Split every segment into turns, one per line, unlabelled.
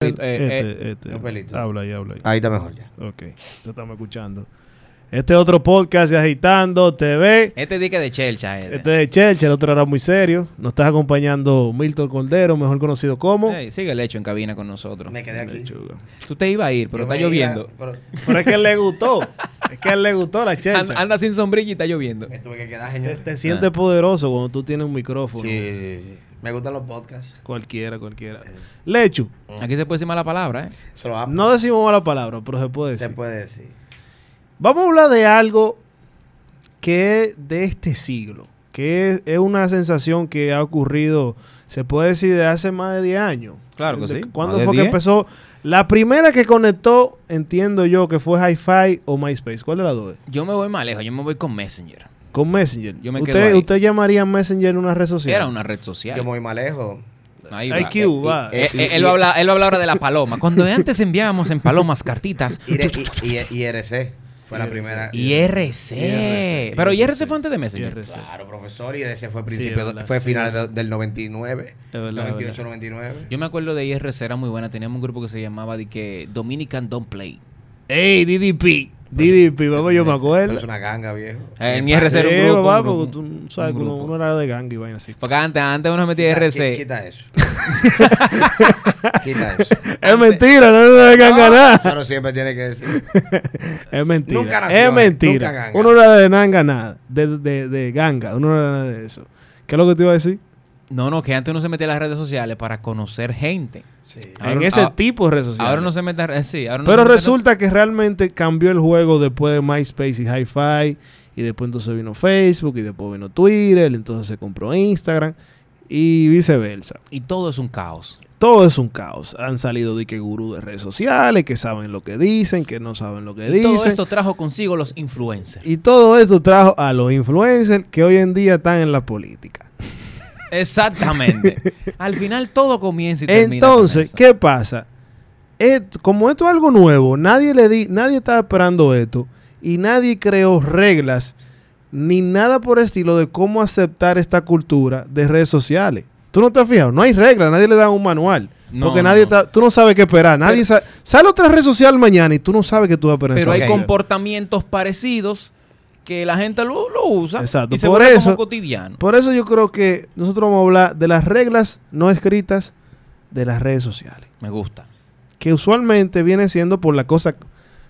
pelito, eh,
este,
eh,
este.
un pelito.
Habla ahí, habla ahí.
Ahí está mejor ya.
Ok, te estamos escuchando. Este es otro podcast de Agitando TV.
Este dique de Chelcha.
eh.
Este.
Este es de Chelcha, el otro era muy serio. Nos estás acompañando Milton Cordero, mejor conocido como.
Ey, sigue el hecho en cabina con nosotros.
Me quedé aquí. Yo
Tú te iba a ir, pero
me
está
iba,
lloviendo.
pero
Pero es que él le gustó. Es que a él le gustó la Chelcha.
Anda, anda sin sombrilla y está lloviendo.
me tuve que quedar, señor.
Te, te sientes poderoso cuando tú tienes un micrófono.
Ah. Sí, sí, sí. Me gustan los podcasts. Eh,
Cualquiera, cualquiera. Lechu,
oh.
Aquí se puede decir mala palabra, ¿eh?
Se los amo.
no decimos mala palabra, pero se puede
se
decir.
puede decir.
Vamos a hablar de algo que es de este siglo, que es, es una sensación que ha ocurrido, se puede decir, de hace más de 10 años.
Claro que
De-
sí,
¿Cuándo
más de
fue que
10.
empezó? La primera que conectó, entiendo yo, que fue Hi-Fi o MySpace. ¿Cuál de las dos?
Yo me voy más lejos, yo me voy con Messenger.
Con Messenger.
Yo me
¿Usted,
quedo ahí.
¿Usted llamaría Messenger una red social?
Era una red social.
Yo me voy más lejos.
Ahí va. Eh,
IQ, va.
Eh,
eh, él, va a hablar, él va a hablar ahora de la paloma. Cuando antes enviábamos en palomas cartitas.
Ire- I- I- IRC fue la
IRC.
primera.
IRC.
IRC.
Pero IRC fue antes de Messenger.
IRC.
Claro, profesor. IRC fue
es
principio,
verdad,
fue
sí,
final
es
de- del 99.
Es
eh,
verdad, es
98, 99.
Yo me acuerdo de IRC, era muy buena. Teníamos un grupo que se llamaba de que Dominican Don't Play.
¡Ey, DDP! DDP, papá, yo me
Pero es
acuerdo.
una ganga, viejo.
Eh, en
¿Qué
IRC era un
Sí,
grupo.
papá,
un grupo,
porque tú sabes
un
que uno,
grupo.
uno era de gang y vaina así.
Porque antes, antes uno se metía
pasa?
IRC.
Qui- Quita eso. Quita eso.
Es mentira, no era de gang nada.
Pero siempre tiene que decir.
Es mentira.
Nunca nació,
es
eh, nunca
mentira.
ganga.
Uno no era de nanga nada. De, de, de ganga. Uno no era nada de eso. ¿Qué es lo que te iba a decir?
No, no, que antes uno se metía a las redes sociales para conocer gente.
Sí.
Ahora-
en ese
ah-
tipo de redes sociales.
Ahora no se mete a redes sí, ahora no
Pero
se mete a-
resulta que realmente cambió el juego después de MySpace y Hi-Fi. Y después entonces vino Facebook. Y después vino Twitter. Entonces se compró Instagram. Y viceversa.
Y todo es un caos.
Todo es un caos. Han salido de que gurú de redes sociales, que saben lo que dicen, que no saben lo que
Y
dicen.
todo esto trajo consigo los influencers.
Y todo esto trajo a los influencers que hoy en día están en la política.
Exactamente. Al final todo comienza y termina.
Entonces,
con eso.
¿qué pasa? Et- como esto es algo nuevo, nadie le di, nadie estaba esperando esto y nadie creó reglas ni nada por el estilo de cómo aceptar esta cultura de redes sociales. Tú no te has fijado, no hay reglas, nadie le da un manual.
No,
porque
no.
nadie está, tú no sabes qué esperar. Nadie sa- sale otra red social mañana y tú no sabes que tú vas a esperar.
Pero
esa
hay
red
Ok.
social.
comportamientos parecidos que la gente lo, lo usa
Exacto,
y se
por
vuelve
eso-
como cotidiano.
Por eso yo creo que nosotros vamos a hablar de las reglas no escritas de las redes sociales.
Me gusta.
que usualmente viene siendo por la cosa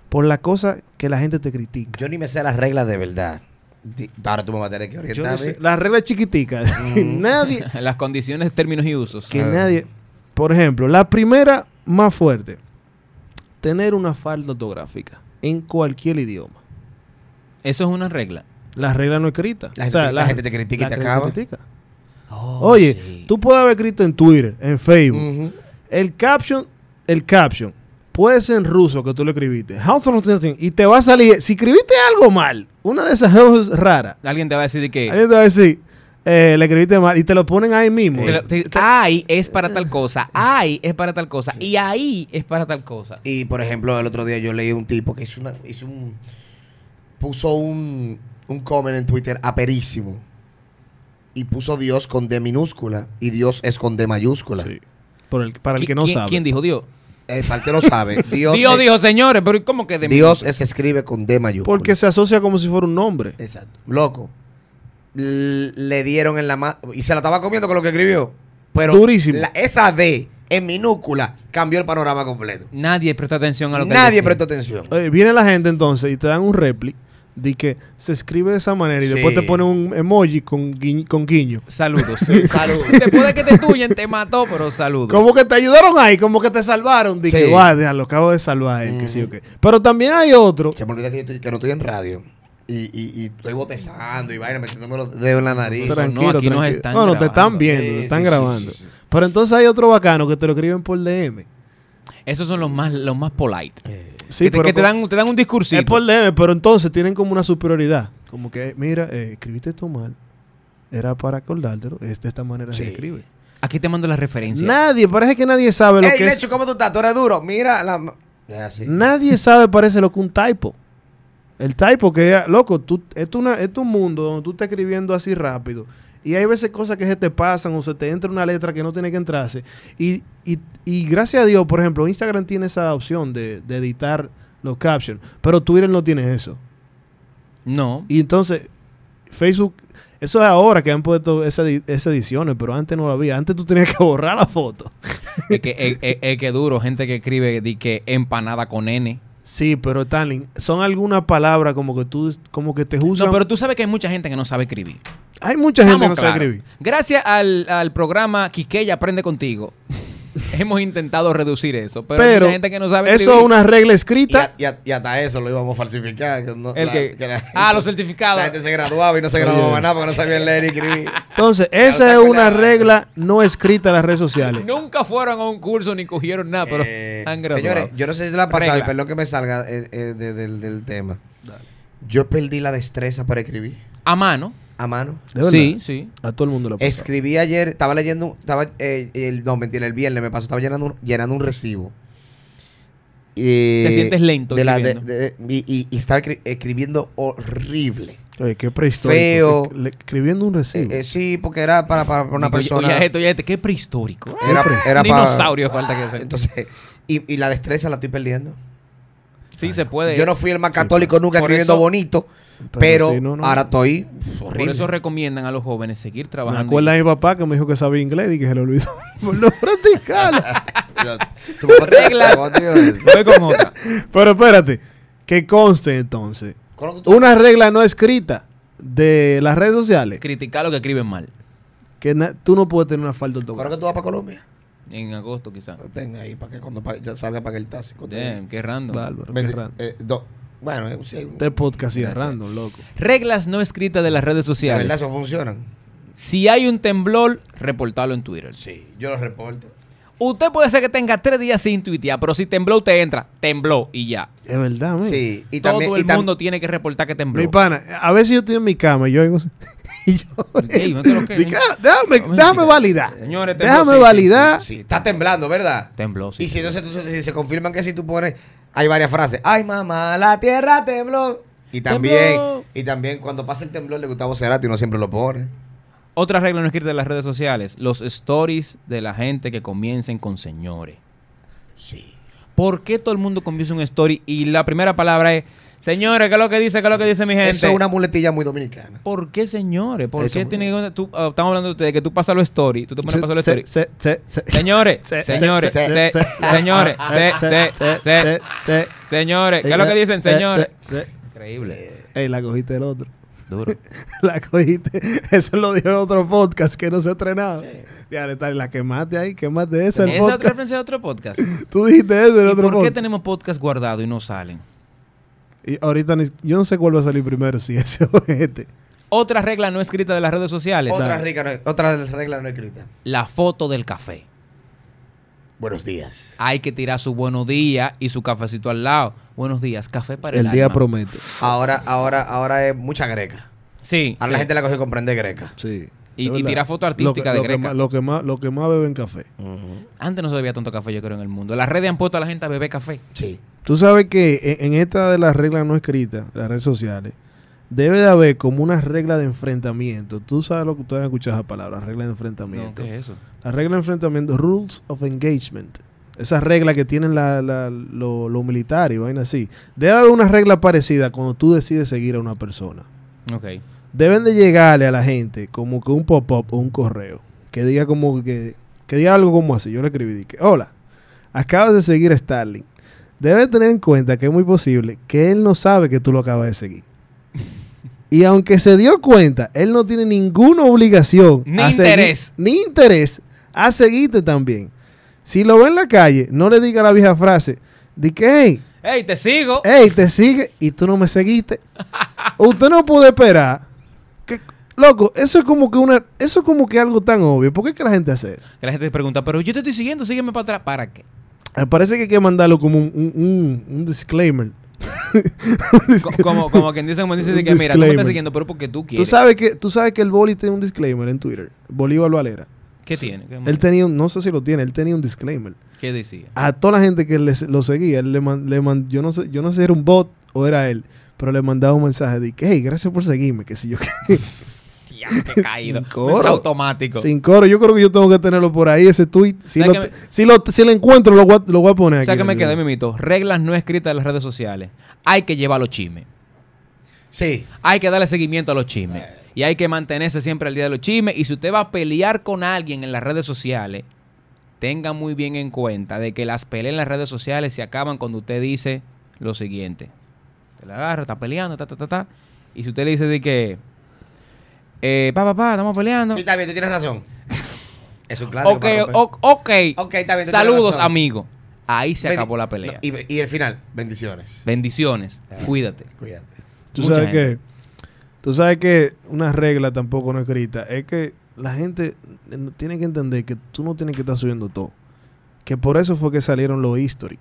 por la cosa que la gente te critica.
Yo ni me sé las reglas de verdad. Di- Ahora tú me vas a tener que
Yo no sé,
orientarme.
las reglas chiquiticas.
Mm.
nadie
Las condiciones, términos y usos.
que
Ah.
nadie, por ejemplo, la primera más fuerte, tener una falda ortográfica en cualquier idioma.
Eso es una regla.
Las reglas no escritas.
La gente te- la gente te critica y te
gente
acaba. Oh,
critica. Oh. Oye, tú puedes haber escrito en Twitter, en Facebook.
Ujú.
El caption, el caption puede ser en ruso que tú lo escribiste. Y te va a salir, si escribiste algo mal, una de esas cosas raras.
Alguien te va a decir de que...
Alguien te va a decir, eh, le escribiste mal y te lo ponen ahí mismo.
te lo- te- Ah. ay es para tal cosa, ay es para tal cosa y ahí es para tal cosa.
Y por ejemplo, el otro día yo leí un tipo que hizo, una, hizo un. puso un, un comment en Twitter aperísimo. Y puso Dios con D minúscula. Y Dios es con D mayúscula.
Sí. Por el- para el
¿Qui-
que no
quién-
sabe.
¿Quién dijo Dios?
Eh, para el que no sabe, Dios,
Dios,
es-
dijo, señores, pero ¿y ¿cómo que de mí?
Dios es- se escribe con D mayúscula.
Porque se asocia como si fuera un nombre.
Exacto. Loco. L- le dieron en la mano. Y se la estaba comiendo con lo que escribió. Pero
Durísimo.
la- esa D en minúscula cambió el panorama completo.
Nadie presta atención a lo que
Nadie
dice.
prestó atención.
Eh, viene la gente entonces y te dan un repli de que se escribe de esa manera y
Sí.
después te ponen un emoji con, guiño- con guiño.
Saludos.
Salud.
Después de que te tuyen, te mató, pero saludos.
Como que te ayudaron ahí, como que te salvaron. Dije,
Sí.
guau, déjalo, acabo de salvar a él, que sí o qué. Pero también hay otro.
Se me olvida que, yo estoy- que no estoy en radio. Y, y- y estoy botezando y vaina, metiéndome los dedos en la nariz.
Tra-
Tranquilo,
aquí nos
tranquilo.
están
No, no, te están
grabando.
viendo, te
Sí,
están
sí, sí,
grabando.
sí, sí.
Pero entonces hay otro bacano que te lo escriben por DM.
Esos son los más, los más polite.
Sí,
que te,
pero
que te
con-
dan, te dan un discursito.
Es por leve, pero entonces tienen como una superioridad. Como que, mira, eh, escribiste esto mal. Era para acordártelo. Es de esta manera se
Sí.
escribe.
Aquí te mando la referencia.
Nadie, parece que nadie sabe lo
Ey,
que
Lecho, ¿cómo tú estás? Tú eres duro. Mira la. ma- Es así.
es. Nadie sabe, parece lo que un typo. El typo que, loco, tú, esto, es una, esto es un mundo donde tú estás escribiendo así rápido Y hay veces cosas que se te pasan o se te entra una letra que no tiene que entrarse. Y, y- y gracias a Dios, por ejemplo, Instagram tiene esa opción de, de editar los captions, pero Twitter no tiene eso.
No.
Y entonces, Facebook, eso es ahora que han puesto esa edi- esas ediciones, pero antes no lo había. Antes tú tenías que borrar la foto.
es que es, es- es que duro, gente que escribe di que empanada con N.
Sí, pero Stanley, son algunas palabras como que tú, como que te juzgan.
No, pero tú sabes que hay mucha gente que no sabe escribir.
Hay mucha gente que no
Vamos
sabe
claro.
escribir.
Gracias al, al programa Quiqueya Aprende Contigo, hemos intentado reducir eso. Pero,
Pero,
hay mucha gente que no sabe
eso es
escribir.
una regla
Y,
escrita.
a- y a- y hasta eso lo íbamos a falsificar. que no-
El
la-
que-
que la-
ah, los
La
certificados.
gente se graduaba y no se graduaba
Oye.
nada porque no sabían leer y escribir.
Entonces,
está
esa es una
cuidado.
regla no escrita en las redes sociales.
Nunca fueron a un curso ni cogieron nada, Ah, pero
Eh,
han graduado.
Señores, yo no sé si la han pasado y
Regla.
perdón que me salga eh, eh, de- del, del tema. Yo perdí la destreza para escribir
A mano.
a mano.
De verdad.
Sí, sí.
A todo el mundo lo
Escribí ayer, estaba leyendo, estaba, eh, el, no, mentira, el viernes me pasó, estaba llenando, un- llenando un recibo. Eh,
Te sientes lento
de la- de-
escribiendo.
de- y, y- y estaba escri- escribiendo horrible.
Oye, qué prehistórico.
Feo.
que- le- escribiendo un
Eh,
recibo.
eh, sí, porque era para, para una
Digo,
persona.
Oye, esto, oye, esto, qué prehistórico.
Era- era pa-
Dinosaurio falta que sea.
Entonces, y, y la destreza la estoy perdiendo.
Sí, se puede.
Yo no fui el más católico nunca
Por
escribiendo
eso-
bonito, pero,
sí, no, no.
ahora estoy horrible.
Por eso recomiendan a los jóvenes seguir
Me
trabajando.
acuerdo a mi papá que me dijo que sabía inglés y que se le olvidó. Por no practicarlo.
Tu papá te-
Reglas.
tu papá te dijo eso.
Voy con otra.
Pero espérate, que conste entonces.
¿Cuál es tu-
Una regla no escrita de las redes sociales.
Criticar lo que escriben mal.
Que na- tú no puedes tener una falta
¿Cuál es
ortográfica.
que tú vas para Colombia?
En agosto, quizás.
Lo tenga ahí para que cuando pa- ya salga para que el taxi. cuando-
Damn, qué random.
Bárbaro, qué
Veinte-
random.
eh, do- bueno, eh, sí,
Este podcast sí es
Gracias.
random, loco.
Reglas no escritas de las redes
de verdad
sociales.
eso funcionan.
Si hay un temblor, reportalo en Twitter.
Sí, yo lo reporto.
Usted puede ser que tenga tres días sin tuitear, pero si tembló, te entra. Tembló y ya.
Es verdad, man.
Sí, y
Todo
también.
el
y tam-
mundo tiene que reportar que tembló.
Mi pana, a veces yo estoy en mi cama y yo oigo. Y yo.
Sí, yo creo que-
Digo, "Ah, déjame, déjame validar.
Señores, tembló,
déjame
sí, sí,
validar.
sí, está temblando, ¿verdad?
Tembló, sí.
y si entonces tú- si se confirman que si tú pones, hay varias frases. Ay, mamá, la tierra tembló. Y también,
Tembló.
y también cuando pasa el temblor de Gustavo Cerati, uno siempre lo pone.
Otra regla no escrita de las redes sociales. Los stories de la gente que comiencen con señores.
Sí.
¿Por qué todo el mundo comienza un story y la primera palabra es, señores, ¿qué es lo que dice? ¿Qué es lo que dice mi gente?
Eso es una muletilla muy dominicana.
¿Por qué, señores? ¿Por
Eso
qué
es-
tiene que... Tú, ah, estamos hablando de que tú pasas los stories. Tú te pones a pasar los
Se-
stories.
se- se- se-
Señores,
se- se-
señores,
se-
se-
se-
señores, se- se-
se-
se-
se- se-
Señores, ¿qué es lo que dicen,
se-
señores?
se- se-
Eh,
Increíble.
Ey, la cogiste del otro.
Duro.
La cogiste. Eso lo dijo en otro podcast que no se ha estrenado. Ya, está, la quemaste ahí, quemaste esa. El
Esa otra
podcast.
referencia de otro podcast.
Tú dijiste eso en
¿Y
otro
¿Por qué
podcast.
tenemos podcast guardado y no salen?
Y ahorita ni- yo no sé cuál va a salir primero, si ese o este.
Otra regla no escrita de las redes sociales.
Otra,
la,
rica no- otra regla no escrita.
la foto del café.
Buenos días.
Hay que tirar su buenos días y su cafecito al lado. Buenos días, café para el,
El día
alma.
promete.
Ahora, ahora, ahora es mucha greca.
Sí.
Ahora
sí.
la gente la coge comprender greca.
Sí.
Y-
Es
y
verdad.
tira foto artística de
Lo que- lo que
Greca.
más- Lo que más, lo que más beben café.
Antes no se bebía tanto café, yo creo, en el mundo. Las redes han puesto a la gente a beber café.
Sí.
Tú sabes que en, en esta de las reglas no escritas, las redes sociales, debe de haber como una regla de enfrentamiento. Tú sabes lo que ustedes escuchado esa palabra, regla de
No,
enfrentamiento.
¿qué es eso?
La regla de enfrentamiento, rules of engagement. Esa regla que tienen la, la- lo, lo militar y vaina así. Debe haber una regla parecida cuando tú decides seguir a una persona.
Ok.
Deben de llegarle a la gente como que un pop-up o un correo. Que diga como que, que diga algo como así. Yo le escribí dije, hola, acabas de seguir a Starling. Debes tener en cuenta que es muy posible que él no sabe que tú lo acabas de seguir. Y aunque se dio cuenta, él no tiene ninguna obligación.
Ni
a seguir-
interés.
ni interés a seguirte también. Si lo ve en la calle, no le diga la vieja frase. Di que, hey,
¡Ey, te sigo!
Ey, te sigue y tú no me seguiste. Usted no pudo esperar. Que, loco, eso es como que una, eso es como que algo tan obvio. ¿Por qué es que la gente hace eso?
Que la gente te pregunta, pero yo te estoy siguiendo, sígueme para atrás. ¿Para qué?
Me parece que hay que mandarlo como un, un- un- un disclaimer.
Co- como, como quien dice, como dice, de que
Un
mira, tú me
disclaimer.
estás siguiendo, pero porque tú
Tú
quieres.
sabes que, tú sabes que el boli tiene un disclaimer en Twitter. Bolívar Valera.
¿Qué tiene? ¿Qué,
Él tenía, un- no sé si lo tiene, él tenía un disclaimer.
qué decía?
A toda la gente que le- lo seguía, él le, man- le man- yo no sé, yo no sé si era un bot o era él, pero le mandaba un mensaje de que, hey, gracias por seguirme, que si yo qué".
Ya, qué caído.
coro.
Es automático.
Sin coro, yo creo que yo tengo que tenerlo por ahí, ese tweet. Si,
O sea
lo,
que
te- si, lo, si lo encuentro, lo voy a, lo voy a poner
O sea
aquí
que
en
me
el
quedé,
video.
mimito. Reglas no escritas de las redes sociales. Hay que llevar los chismes.
Sí.
Hay que darle seguimiento a los chismes. Y hay que mantenerse siempre al día de los chismes. Y si usted va a pelear con alguien en las redes sociales, tenga muy bien en cuenta de que las peleas en las redes sociales se acaban cuando usted dice lo siguiente. Te la agarra, está peleando, ta, ta, ta, ta. Y si usted le dice de que, eh, pa, pa, pa, estamos peleando.
Sí, está bien, tú tienes razón. Es un clásico.
ok,
para romper.
o- ok.
Ok, está bien, tú tienes
Saludos,
razón.
amigo. Ahí se
Bendi-
acabó la pelea.
No, y, y el final, bendiciones.
Bendiciones.
Ah.
Cuídate.
Cuídate.
Tú
Mucha
sabes que
gente.
tú sabes que una regla tampoco no escrita es que la gente eh, no- tiene que entender que tú no tienes que estar subiendo todo. Que por eso fue que salieron los history.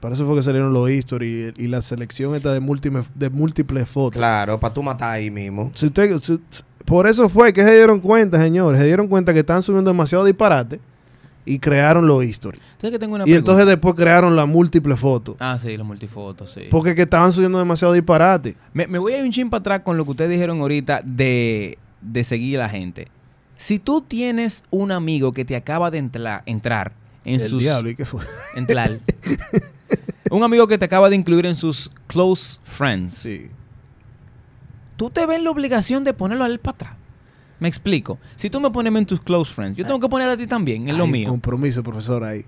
Por eso fue que salieron los history y, y la selección está de múltiples de múltiples fotos.
Claro, para tú matar ahí mismo.
Si usted- si- por eso fue que se dieron cuenta, señores, se dieron cuenta que estaban subiendo demasiado disparate y crearon los history.
Entonces que tengo una
Y
pregunta.
entonces después crearon las múltiples fotos.
Ah, sí, los multifotos, sí.
Porque que estaban subiendo demasiado disparate.
Me, me voy a ir un chin para atrás con lo que ustedes dijeron ahorita de, de seguir a la gente. Si tú tienes un amigo que te acaba de entla- entrar en
El
sus...
diablo, ¿y qué fue?
entrar. un amigo que te acaba de incluir en sus close friends.
Sí.
Tú te ves en la obligación de ponerlo a él para atrás. Me explico. Si tú me pones en tus close friends,
Ah.
yo tengo que poner a ti también, en lo
Hay un
mío.
Compromiso, profesor, ahí.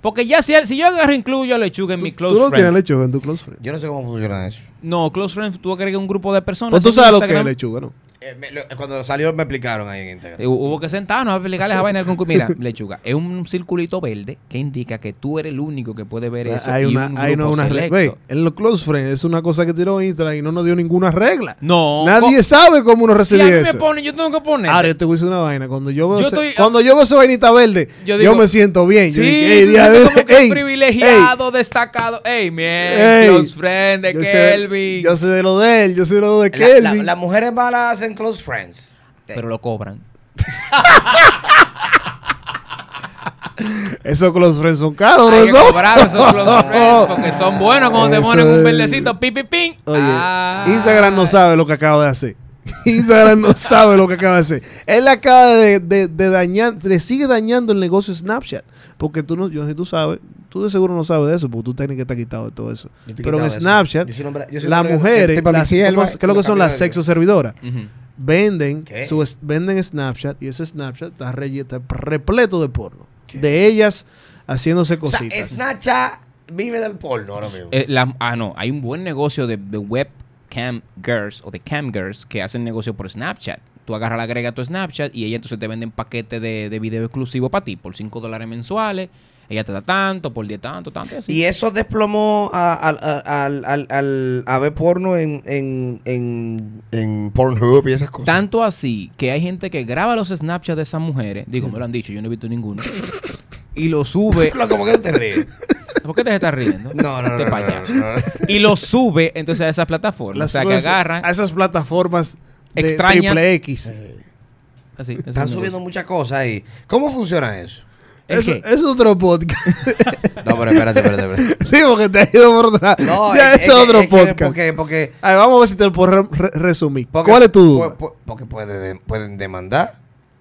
Porque ya si, él- si yo agarro e incluyo a Lechuga en mi close
tú no tienes
friends.
lechuga en tu close friend.
Yo no sé cómo funciona eso.
No, close friends, tú agregas un grupo de personas.
Pues tú
en
sabes lo que es
Instagram.
lechuga, ¿no?
Eh, me- lo- cuando salió me explicaron ahí en Instagram.
Eh, Hubo que sentarnos a explicarles a vaina al concurso. Mira, lechuga, es un circulito verde que indica que tú eres el único que puede ver eso.
Ah, Hay
y
una,
un
hay una,
grupo
una regla.
selecto.
Güey, en los close friends es una cosa que tiró Instagram y no nos dio ninguna regla.
No.
Nadie sabe cómo uno
co- Si a
recibía
mí me
eso.
pone, yo tengo que poner.
Ahora yo te voy a decir una vaina. Cuando yo veo,
Yo
ese-
estoy-
cuando yo veo esa vainita verde, yo,
Yo digo-
me siento bien.
sí,
yo digo, "Ey,
tú
día-
sientes como que
ey,
un privilegiado, destacado. Ey,
ey,
mierda,
ey".
close friend de
Yo soy-
Kelvin.
Yo soy de lo de él, yo soy de lo de
La- la-
Kelvin.
las mujeres malas hacen close friends.
Pero lo cobran.
Esos close friends son caros,
Hay que
profesor.
cobrar esos close friends porque son buenos cuando te
Eso
ponen
es.
un verdecito, pi, pi, pin.
Oye,
Ah.
Instagram no sabe lo que acaba de hacer. Instagram no sabe lo que acaba de hacer. Él acaba de, de- de dañar, le sigue dañando el negocio Snapchat. Porque tú no, yo no sé si tú sabes, tú de seguro no sabes de eso, porque tú tienes que estar quitado de todo eso.
Yo estoy
Pero
quitado
en
de eso.
Snapchat,
Yo soy un hombre- yo soy un
las
hombre-
mujeres,
estoy pa' mi
las-
sierva,
¿cómo- ¿qué es lo
lo
que son
cambio
las
de- Mm.
sexo servidoras?
Ujú.
Venden,
¿Qué?
su, es- venden Snapchat y ese Snapchat está, relle- está repleto de porno. De ellas haciéndose
O sea,
cositas.
Snapchat vive del porno ahora mismo.
Eh, la- ah, no, hay un buen negocio de, de webcam girls o de cam girls que hacen negocio por Snapchat. Tú agarras la agrega a tu Snapchat y ella entonces te venden paquete de, de video exclusivo para ti por 5 dólares mensuales. Ella te da tanto, por 10 tanto, tanto y así.
y eso desplomó a, al- a- al- al- al- a ver porno en, en, en, en Pornhub y esas cosas.
Tanto así que hay gente que graba los Snapchats de esas mujeres. Digo, me lo han dicho, yo no he visto ninguno. y lo sube.
Lo como que tú te ríes.
¿Por qué te estás riendo?
No, no, no.
Este
no, no,
payaso.
no, no.
Y lo sube entonces a esas plataformas.
Las
o sea, que
subes
agarran.
Ah,
a esas plataformas de
Extrañas.
triple X.
así, ese es
Están
el
subiendo
negocio.
muchas cosas ahí. ¿Cómo funciona eso?
¿El
Eso,
eh.
qué?
eso es otro podcast.
No, pero espérate, espérate, espérate.
sí, porque te ha ido por otra.
No,
Sí, eso es,
que-
otro
que-
podcast.
Porque, porque,
A ver, vamos a ver si te lo puedo re- re- resumir.
porque-
¿Cuál es tu duda?
pu- pu- Porque pueden, pueden demandar.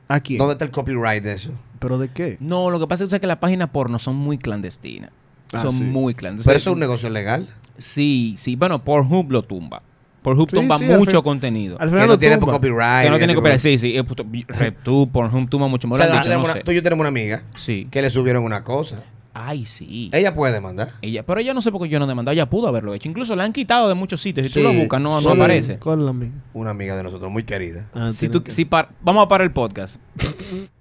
¿A quién?
¿Dónde está el copyright de eso?
¿Pero de qué?
No, lo que pasa es que, tú sabes que las páginas porno son muy clandestinas.
Ah,
son
sí.
muy clandestinas.
Pero eso es un negocio legal.
Sí, sí. Bueno, Pornhub lo tumba. Pornhub
Sí,
tumba
sí, al
mucho
fin-
contenido.
Al
Que
final
no
lo
tiene
tumba.
copyright.
que no tiene
ese
que
tipo de-
operar. Sí, sí. eh, puto, re- Tú, Pornhub tumba mucho. Me
O
lo
sea,
han dicho,
nosotros
no
tenemos una-
sé.
tú y yo tenemos una amiga
Sí.
que le subieron una cosa.
Ay, sí.
Ella puede demandar.
Ella, pero ella no sé por qué yo no he demandado. Ella pudo haberlo hecho. Incluso la han quitado de muchos sitios. Si
Sí,
tú lo buscas, no,
sí.
no aparece.
¿Cuál es la mía?
Una amiga de nosotros, muy querida.
Ah,
Si
tiene
tú,
que-
si par- vamos a parar el podcast.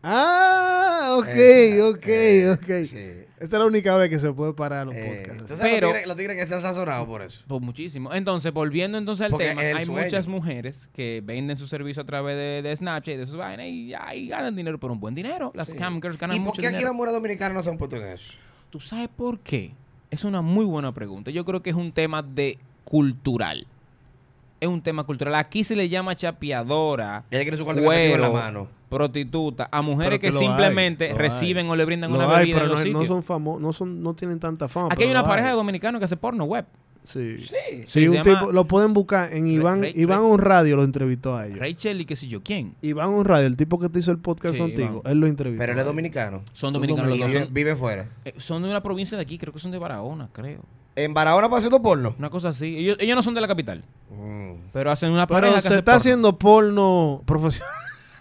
Ah, ok,
Esa,
ok,
eh,
ok.
sí.
Esta es la única vez que se puede parar los
Eh,
podcasts.
entonces
Pero-
los, tigres, los tigres que se han sazonado por eso.
Pues muchísimo. Entonces, volviendo entonces al
Porque
tema,
es el
hay
sueño.
muchas mujeres que venden su servicio a través de, de Snapchat y de sus vainas y, ahí ganan dinero, pero un buen dinero. Las
Sí.
cam girls ganan
¿Y por
mucho
qué aquí
dinero.
las mujeres dominicanas no se han puesto en eso?
¿Tú sabes por qué? Es una muy buena pregunta. Yo creo que es un tema de cultural. Es un tema cultural. Aquí se le llama chapeadora,
Ella quiere su cuarto efectivo en la
cuero,
mano.
prostituta, a
Pero
mujeres que,
que lo hay,
simplemente
lo hay.
reciben o le brindan
Lo
una
hay,
bebida
pero
en los
no, no
sitios.
son famosos, no, son- no tienen tanta fama.
Aquí
pero
hay una
lo
pareja
hay.
de dominicanos que hace porno web.
Sí. Sí,
Eh, Se
un
llama
tipo, lo pueden buscar en Iván,
Rey-
Iván
Rey-
Un Radio lo entrevistó a ellos.
Rachel y qué sé yo, ¿quién?
Iván Un Radio, el tipo que te hizo el podcast
Sí,
contigo,
Iván.
él lo entrevistó.
Pero él es dominicano.
Son dominicanos los
Y
dos.
vive,
Son,
vive fuera.
eh, son de una provincia de aquí, creo que son de Barahona, creo.
¿En Barahona para haciendo porno?
Una cosa así. Ellos, ellos no son de la capital,
Mm.
pero hacen una
Pero
pareja que
se
hace
está
porno.
haciendo porno profesional.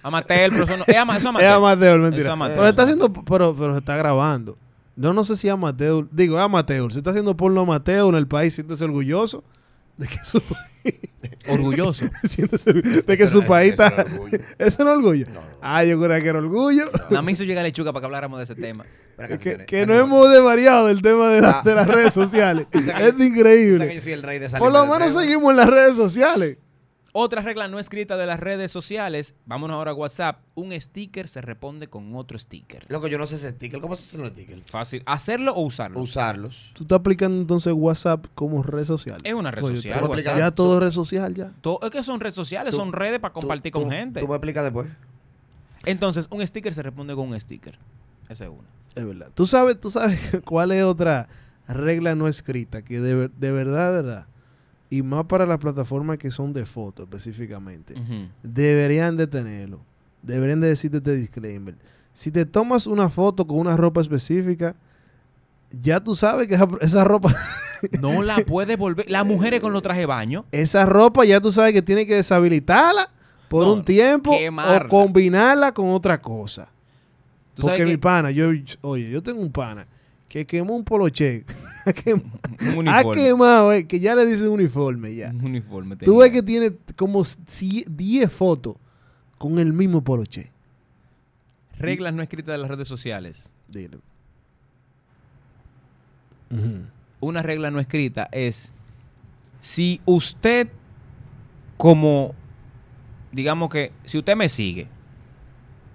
Amateur, pero eso no. Es ama- eso es
Es
amateur.
amateur, mentira.
Eso amateur.
pero, está haciendo, pero, pero se está grabando. Yo no sé si amateur, digo amateur, se está haciendo porno amateur en el país, siéntese orgulloso de que su,
Orgulloso.
siéntese orgu- de que su
Eso
país
no es-
está...
eso no es orgullo.
Eso no es orgullo.
No, no.
Ah, yo creía que era orgullo.
Nada me hizo llegar lechuga para que habláramos de ese tema.
Espera acá,
Que,
señores.
que
Aquí
no
va.
hemos desvariado del tema de, la- de las redes sociales.
sea que-
es
O sea que
increíble.
yo soy el rey de
Por
salirme
lo
del
menos
tema.
seguimos en las redes sociales.
Otra regla no escrita de las redes sociales. Vámonos ahora a WhatsApp. Un sticker se responde con otro sticker.
Loco, yo no sé ese sticker. ¿Cómo se hacen los stickers?
Fácil. ¿Hacerlo o usarlo?
Usarlos.
Tú estás aplicando entonces WhatsApp como red social.
Es una red
Oye,
social,
tú-
WhatsApp.
Ya todo es red social, ya.
To- es que son redes sociales,
Tú-
son redes para compartir
Tú-
con
tú-
gente.
Tú me explicas después.
Entonces, un sticker se responde con un sticker. Esa es una.
Es verdad. Tú sabes, tú sabes cuál es otra regla no escrita que de, ver- de verdad, de verdad, y más para las plataformas que son de fotos específicamente,
Ujú.
deberían de tenerlo. Deberían de decirte este disclaimer. Si te tomas una foto con una ropa específica, ya tú sabes que esa, esa ropa,
No la puede volver. Las mujeres con los trajes de baño.
esa ropa ya tú sabes que tienes que deshabilitarla por
No,
un tiempo
quemarla.
o combinarla con otra cosa.
¿Tú sabes
Porque mi
que
pana, yo, oye, yo tengo un pana que quemó un poloche. ha quemado-
un
ha
uniforme.
quemado, eh, que ya le dicen uniforme ya.
Un uniforme.
Tú ves que
tenía.
tiene como si- 10 fotos con el mismo poloche.
Reglas no escritas de las redes sociales.
Dile. Ujú.
una regla no escrita es si usted como digamos que si usted me sigue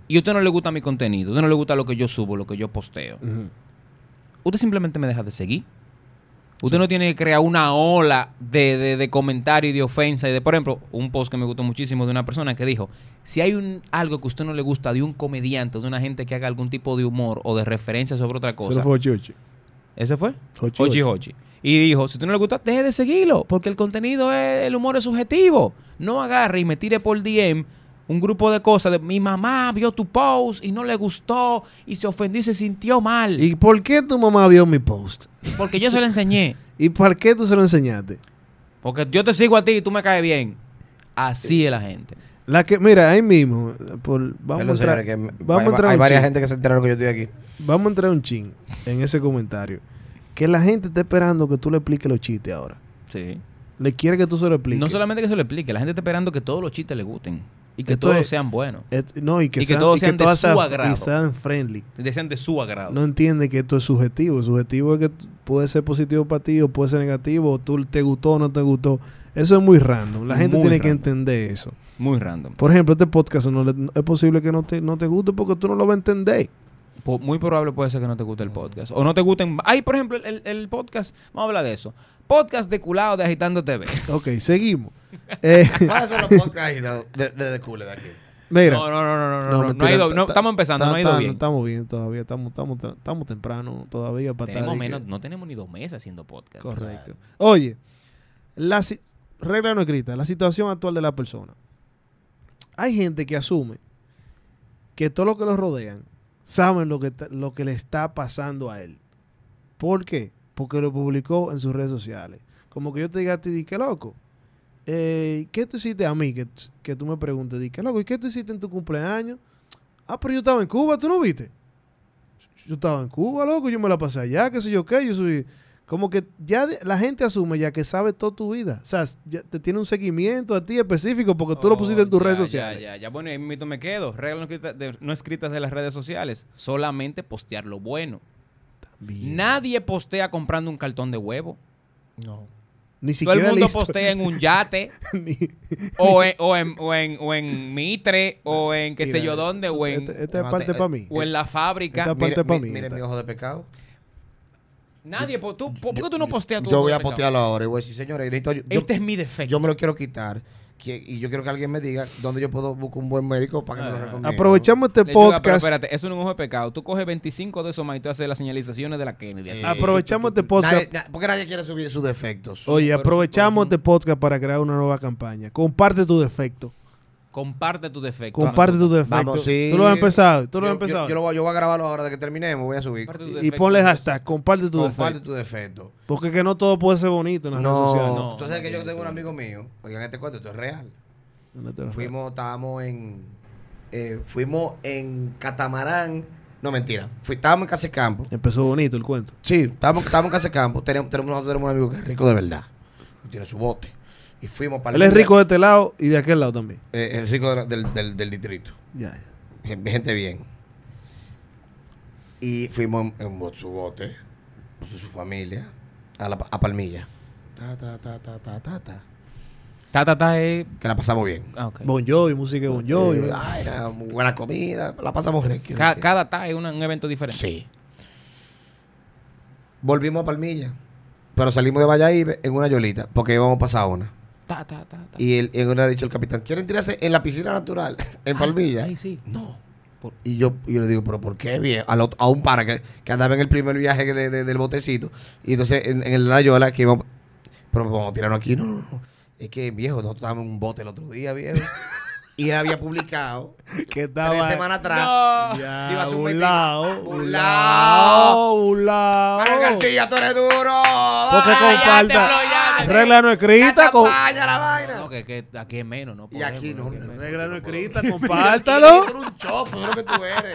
y a usted no le gusta mi contenido, a usted no le gusta lo que yo subo, lo que yo posteo,
Ujú.
usted simplemente me deja de seguir. Usted no tiene que crear una ola de, de, de comentario y de ofensa. Y de, por ejemplo, un post que me gustó muchísimo de una persona que dijo: Si hay un, algo que a usted no le gusta de un comediante, de una gente que haga algún tipo de humor o de referencia sobre otra
Solo
cosa,
fue Ochi Ochi.
¿ese fue?
Ochi
Hochi
Ochi.
Hochi. Y dijo, si tú no le gusta, deje de seguirlo, porque el contenido, es, el humor es subjetivo. No agarre y me tire por DM un grupo de cosas de mi mamá vio tu post y no le gustó y se ofendió y se sintió mal.
¿Y por qué tu mamá vio mi post?
Porque yo se lo enseñé.
¿Y por qué tú se lo enseñaste?
Porque yo te sigo a ti y tú me caes bien. Así es la gente.
La que, mira, ahí mismo, por- vamos, a
Perdón,
entrar,
señores, que me-
vamos a
hay,
entrar
hay
un
varias
chin.
gente que se enteraron que yo estoy aquí.
Vamos a entrar un chin en ese comentario. Que la gente está esperando que tú le expliques los chistes ahora.
Sí.
Le quiere que tú se lo expliques.
No solamente que se lo explique, la gente está esperando que todos los chistes le gusten y que
Esto
todos
es-
sean buenos.
Et- Eh, no, y que,
y que
sean,
todos
y
sean de
todas
su
sean-
agrado.
Y sean friendly.
Decían de su agrado.
No entiende que esto es subjetivo. Subjetivo es que t- puede ser positivo para ti o puede ser negativo. O tú te gustó o no te gustó. Eso es muy random. La gente
Muy
tiene que
random.
entender eso.
Muy random.
Por ejemplo, este podcast no le- no- es posible que no te, no te guste porque tú no lo vas a entender.
Po- muy probable puede ser que no te guste el podcast. O no te gusten. Hay, por ejemplo, el, el podcast. Vamos a hablar de eso. Podcast de culado de Agitando TV.
Ok, seguimos. Eh,
¿Cuáles son los podcasts no, de, de, de culo de aquí?
mira.
No, no, no, no, no. no, no,
mentira,
ha ido-
ta-
no,
ta-
estamos empezando,
ta-
no ha ido
ta-
bien.
Estamos bien todavía. Estamos, estamos, tra- estamos temprano todavía para estar
Tenemos
ahí que-
menos, no tenemos ni dos meses haciendo podcast.
Correcto. Oye, la si- regla no escrita, la situación actual de la persona. Hay gente que asume que todo lo que los rodean saben lo que, ta- lo que le está pasando a él. ¿Por qué? Porque lo publicó en sus redes sociales. Como que yo te diga a ti, di que loco, eh, ¿qué tú hiciste a mí? Que, t- que tú me preguntes, di que loco, ¿y qué tú hiciste en tu cumpleaños? Ah, pero yo estaba en Cuba, ¿tú no viste? Yo estaba en Cuba, loco, yo me la pasé allá, qué sé yo qué, yo soy... Como que ya de- la gente asume ya que sabe toda tu vida. O sea, ya te tiene un seguimiento a ti específico porque tú lo
Oh,
pusiste en tus
ya,
redes
ya,
sociales.
Ya, ya, Bueno, ahí mismo me quedo. Reglas no escritas de, no escritas de las redes sociales. Solamente postear lo bueno.
Bien.
Nadie postea comprando un cartón de huevo.
No.
Ni siquiera
Todo el mundo
listo.
postea en un yate.
Ni-
o, en, o, en, o, en, o en Mitre. O en qué sé
Mira,
yo dónde. O en,
Esta, esta este, es
Mate,
parte
eh,
para mí.
o en la fábrica.
Esta parte
Miren,
para
mi-
mí.
miren mi
esta.
ojo de pecado.
Nadie, po- tú- po- ¿por qué tú no posteas tu
Yo voy a
pecado?
postearlo ahora y voy a decir, señores, necesito- yo,
Este es mi defecto.
yo me lo quiero quitar. que- y yo quiero que alguien me diga dónde yo puedo buscar un buen médico para que me
Ah.
lo recomiende.
Aprovechamos este
Le digo, "Ah, pero
podcast.
espérate, eso no es un ojo de pecado. Tú coges 25 de esos más y tú haces las señalizaciones de la Kennedy. así.
Eh,
Aprovechamos este podcast.
Nadie- na- porque nadie quiere subir sus defectos.
Oye,
pero-
aprovechamos
pero-
este podcast para crear una nueva campaña. Comparte tu defecto.
Comparte tu defecto.
Comparte tu defecto.
Vamos, sí.
Tú lo has empezado. Tú lo
Yo-
has empezado.
Yo, yo lo voy, yo voy a grabarlo ahora de que terminemos, voy a subir.
Comparte tu
y
defecto.
ponle hashtag. Comparte tu
Comparte
defecto.
tu defecto.
Porque que no todo puede ser bonito en las redes sociales.
no,
Tú sabes
no
que yo
tiene
tengo
que
un
ser.
amigo mío. Oigan, este cuento, esto es real.
No te lo-
Fuimos, estábamos en. eh, fuimos en Catamarán. No, mentira. Fui, estábamos en Casa de Campo.
Empezó bonito el cuento.
Sí, estábamos, estábamos en Casa de Campo. Tenemos, tenemos, nosotros tenemos un amigo que es rico de verdad. Y Tiene su bote. Y fuimos para
Él es rico de este lado y de aquel lado también.
Eh, el rico de la- del, del- del distrito.
Ya, ya.
Gen- Gente bien. Y fuimos en, en bo- su bote, con su familia, a, la, pa- a Palmilla. Ta, ta, ta, ta, ta, ta, ta.
Ta, ta, ta, eh.
Que la pasamos bien.
Ah, ok.
Bon Jovi, música de Bon Jovi. Ah,
Eh, ay, era muy buena comida, la pasamos rico.
Ca- cada ta es una- un evento diferente.
Sí. Volvimos a Palmilla, pero salimos de Valladolid en una yolita, porque íbamos a pasar una.
Ta, ta, ta, ta.
Y él, él le ha dicho el capitán, ¿quieren tirarse en la piscina natural, en Palmilla?
Ay, sí.
No.
Por-
Y yo, y yo le digo, ¿pero por qué? Bien, al otro- a un para que, que andaba en el primer viaje de- de- del botecito. Y entonces en, en el Rayola que íbamos, pero vamos a tirarnos aquí. No, no, no. Es que, viejo, nosotros estábamos en un bote el otro día, viejo. y él había publicado
Que
tres
estaba.
semanas atrás.
No.
Ya,
Iba a subir-
un lado.
Un
Un
lado.
lado. Un lado.
Manuel García, Ah, tú eres duro.
Porque
Porque
comparta. Regla no escrita. com-
la vaina.
No, que, que aquí es menos, ¿no?
Y aquí
podemos,
no,
que es
no,
menos.
Regla no escrita.
Tú
Compártalo.
eres un chopo, eso es lo que tú eres.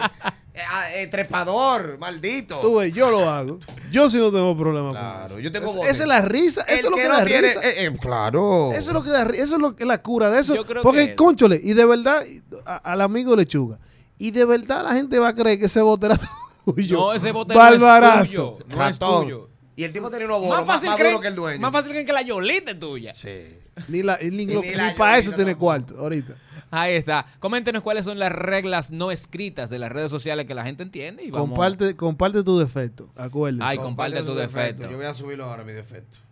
Eh, ah, eh, trepador, maldito.
Tú ves, yo lo hago. Yo sí no tengo problema
Claro,
con eso.
yo tengo
Es-
bote.
Esa es la risa. Eso
El
es lo que,
no
da
tiene-
risa.
eh, eh, claro.
Eso es lo que da ri- eso es lo que la cura de eso.
Yo creo
Porque,
que-
conchole, y de verdad, y- a- al amigo lechuga, y de verdad la gente va a creer que ese bote era tuyo.
No, ese bote no es
Balbarazo.
tuyo. No es
Ratón.
tuyo.
y el tipo tenía unos bolos
Más
más,
fácil,
más
creen-
duro que el dueño.
más fácil creen que la Yolita es tuya.
Sí.
Ni, la, ni, lo-
ni
ni
la
para eso
ayudita
tiene
tampoco.
cuarto ahorita.
Ahí está. Coméntenos cuáles son las reglas no escritas de las redes sociales que la gente entiende y vamos.
Comparte, comparte tu defecto. Acuérdense.
Ay, comparte
su
tu defecto.
Yo voy a subirlo ahora, mi defecto.